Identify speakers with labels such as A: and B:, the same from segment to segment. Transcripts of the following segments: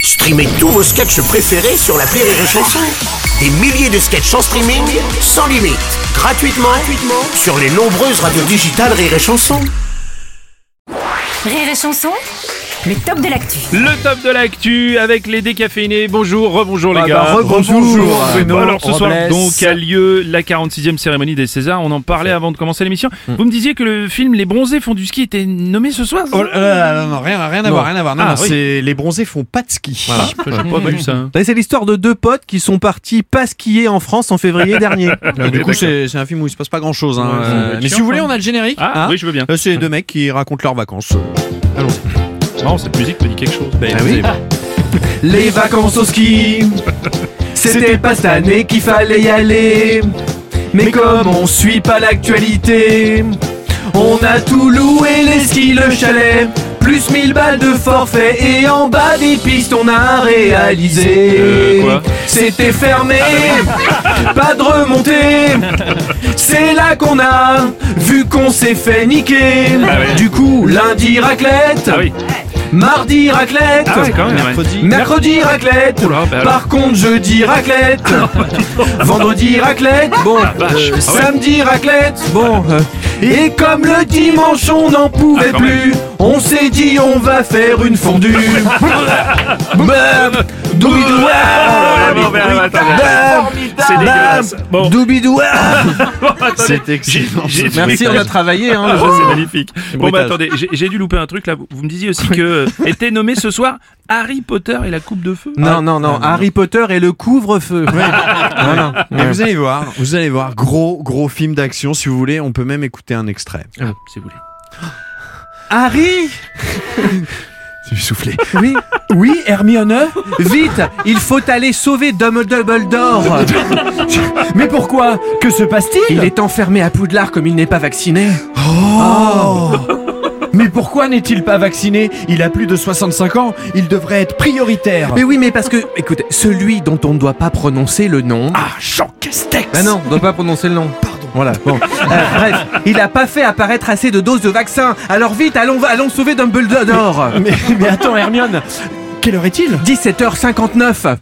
A: Streamez tous vos sketchs préférés sur la Rire et Chanson. Des milliers de sketchs en streaming, sans limite, gratuitement, gratuitement sur les nombreuses radios digitales Rire et Chanson.
B: Rire et chanson, le top de l'actu.
C: Le top de l'actu avec les décaféinés. Bonjour, rebonjour les
D: Ah
C: gars.
D: bah, rebonjour,
C: Rebonjour.
D: Bruno
C: Alors ce soir
D: Robles.
C: donc a lieu la 46e cérémonie des Césars. On en parlait avant de commencer l'émission. Vous me disiez que le film Les Bronzés font du ski était nommé ce soir.
D: Oh là là là, non, non, rien, rien à voir, rien à voir. Non,
C: Ah,
D: non,
C: oui.
D: c'est les bronzés font pas de ski.
C: Je n'ai pas vu ça. hein.
E: Ouais, C'est l'histoire de deux potes qui sont partis pas skier en France en février dernier.
D: Voilà. Ah,
C: Ah,
D: Du coup,
C: d'accord.
D: c'est c'est un film où il se passe pas grand chose.
C: Ouais, ça doit être
D: mais
C: chiant,
D: si vous voulez,
C: ça.
D: on a le générique.
C: Ah
D: hein.
C: oui, je veux bien.
D: Euh, C'est deux mecs qui racontent leurs vacances.
C: C'est marrant, cette musique me dit quelque chose.
D: Ah oui.
E: Les vacances au ski, c'était pas cette année qu'il fallait y aller. Mais comme on suit pas l'actualité, on a tout loué les skis, le chalet. Plus 1000 balles de forfait et en bas des pistes on a réalisé.
C: Euh, quoi
E: C'était fermé, pas de remontée. C'est là qu'on a vu qu'on s'est fait niquer.
C: Ah ouais.
E: Du coup, lundi raclette,
C: Ah oui.
E: mardi raclette.
C: Ah ouais, quand même. ouais.
D: Mercredi.
E: Mercredi raclette,
C: Oula, bah alors. Ah, bah,
E: par contre jeudi raclette, vendredi raclette, bon, euh, samedi raclette, bon, euh, et comme le dimanche on n'en pouvait
C: Ah, quand
E: plus, on s'est dit on va faire une fondue.
C: bah.
E: Bam, doubidoua,
C: Ah, bon, bah, bah, attendez.
E: bam,
C: C'est dégueulasse.
E: bam, ah.
C: Bon,
E: doubidoua.
C: attendez.
D: C'est excellent.
C: J'ai- j'ai-
E: Merci, on a travaillé.
C: Ah,
E: Hein,
C: ouais, c'est magnifique. Bon bah
D: bruitage.
C: attendez, j'ai- j'ai dû louper un truc là. Vous- Vous me disiez aussi que euh, était nommé ce soir Harry Potter et la coupe de feu.
E: Non, non, non,
C: Ah.
E: Harry Potter et le couvre-feu. Voilà.
D: Mais vous allez voir, vous allez voir, gros gros film d'action. Si vous voulez, on peut même écouter un extrait.
C: Ah, si vous voulez.
E: Harry
D: Je vais souffler.
E: Oui, oui, Hermione Vite, il faut aller sauver Dumbledore Mais pourquoi Que se passe-t-il Il est enfermé à Poudlard comme il n'est pas vacciné.
D: Oh. Mais pourquoi n'est-il pas vacciné Il a plus de 65 ans. Il devrait être prioritaire.
E: Mais oui, mais parce que, écoutez, celui dont on ne doit pas prononcer le nom...
D: Ah, Jean Castex.
E: Bah non, on ne doit pas prononcer le nom. Pardon. Voilà, bon. Euh, bref, il n'a pas fait apparaître assez de doses de vaccin. Alors vite, allons, allons sauver Dumbledore
D: Mais, mais attends, Hermione. Quelle heure est-il
E: 17h59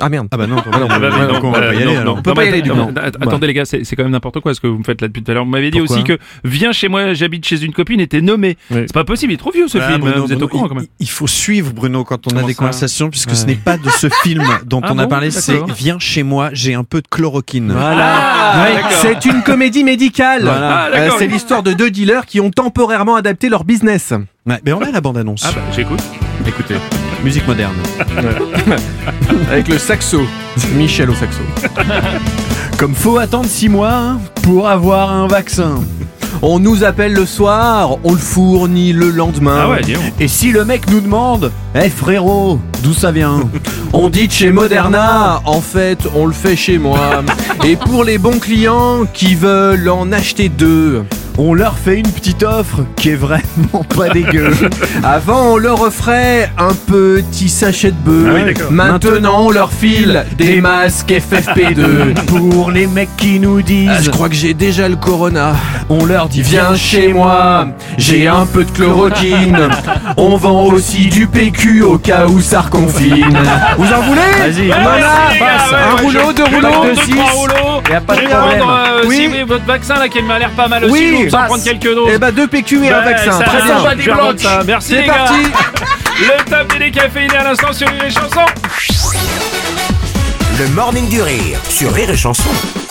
E: Ah merde.
D: Ah bah non,
C: Ah bah, mais non,
D: on va
C: euh,
D: pas
C: non,
D: y aller.
C: non,
D: alors.
C: non,
E: peut
C: non,
E: pas y
C: mais
E: aller, du
C: attends,
E: coup.
C: att- Attendez les gars, c'est c'est quand même n'importe quoi ce que vous me faites là depuis tout à l'heure. Vous m'avez dit
E: Pourquoi
C: aussi que Viens chez moi, j'habite chez une copine était nommé.
D: Oui.
C: C'est pas possible, il est trop vieux ce
D: Ah,
C: film.
D: Bruno,
C: vous êtes
D: Bruno,
C: au courant
D: il-
C: quand même.
D: Il faut suivre Bruno quand on
C: Comment
D: a des
C: ça
D: conversations puisque ce
E: Ouais.
D: n'est pas de ce film dont
C: Ah
D: on a
C: bon
D: parlé, c'est
C: D'accord.
D: Viens chez moi, j'ai un peu de chloroquine.
E: Voilà.
C: d'accord.
E: c'est une comédie médicale.
C: Voilà. Ah, d'accord.
E: Euh, c'est l'histoire de deux dealers qui ont temporairement adapté leur business.
D: Ouais, mais on a la bande-annonce.
C: Ah bah j'écoute.
D: Écoutez, musique moderne.
E: Avec le saxo. Michel au saxo.
D: Comme faut attendre 6 mois hein, pour avoir un vaccin.
E: On nous appelle le soir, on le fournit le lendemain.
C: Ah ouais, dis donc.
D: Et si le mec nous demande, Eh frérot, d'où ça vient
E: On dit de chez Moderna, en fait, on le fait chez moi. Et pour les bons clients qui veulent en acheter deux,
D: On leur fait une petite offre qui est vraiment pas dégueu.
E: avant on leur offrait un petit sachet de bœuf.
C: Ah oui, d'accord.
E: Maintenant on leur file des masques FFP2.
D: pour les mecs qui nous disent,
E: Ah, je crois que j'ai déjà le corona.
D: on leur dit
E: Viens chez moi, j'ai un peu de chloroquine. On vend aussi du PQ au cas où ça reconfine. Vous en voulez
D: Vas-y.
E: Voilà,
C: Allez, Eh, les gars,
E: passe.
C: ouais,
E: un
C: ouais,
E: rouleau,
C: je-
E: deux
C: je vais prendre
E: rouleaux,
C: deux,
E: six.
C: trois rouleaux.
E: Y a pas
C: Je
E: de
C: vais
E: problème.
C: prendre euh,
E: Oui.
C: si, oui, votre vaccin là qui m'a l'air pas mal aussi.
E: Oui,
C: donc, sans
E: passe.
C: prendre quelques doses.
E: Eh ben deux PQ et un
C: Ouais,
E: vaccin.
C: ça
E: Très
C: va,
E: bien.
C: ça va, je vais prendre ça. Merci
E: C'est
C: les
E: parti.
C: gars. Le top des décaféinés à l'instant sur les chansons.
A: Le morning du rire sur Rire et Chanson.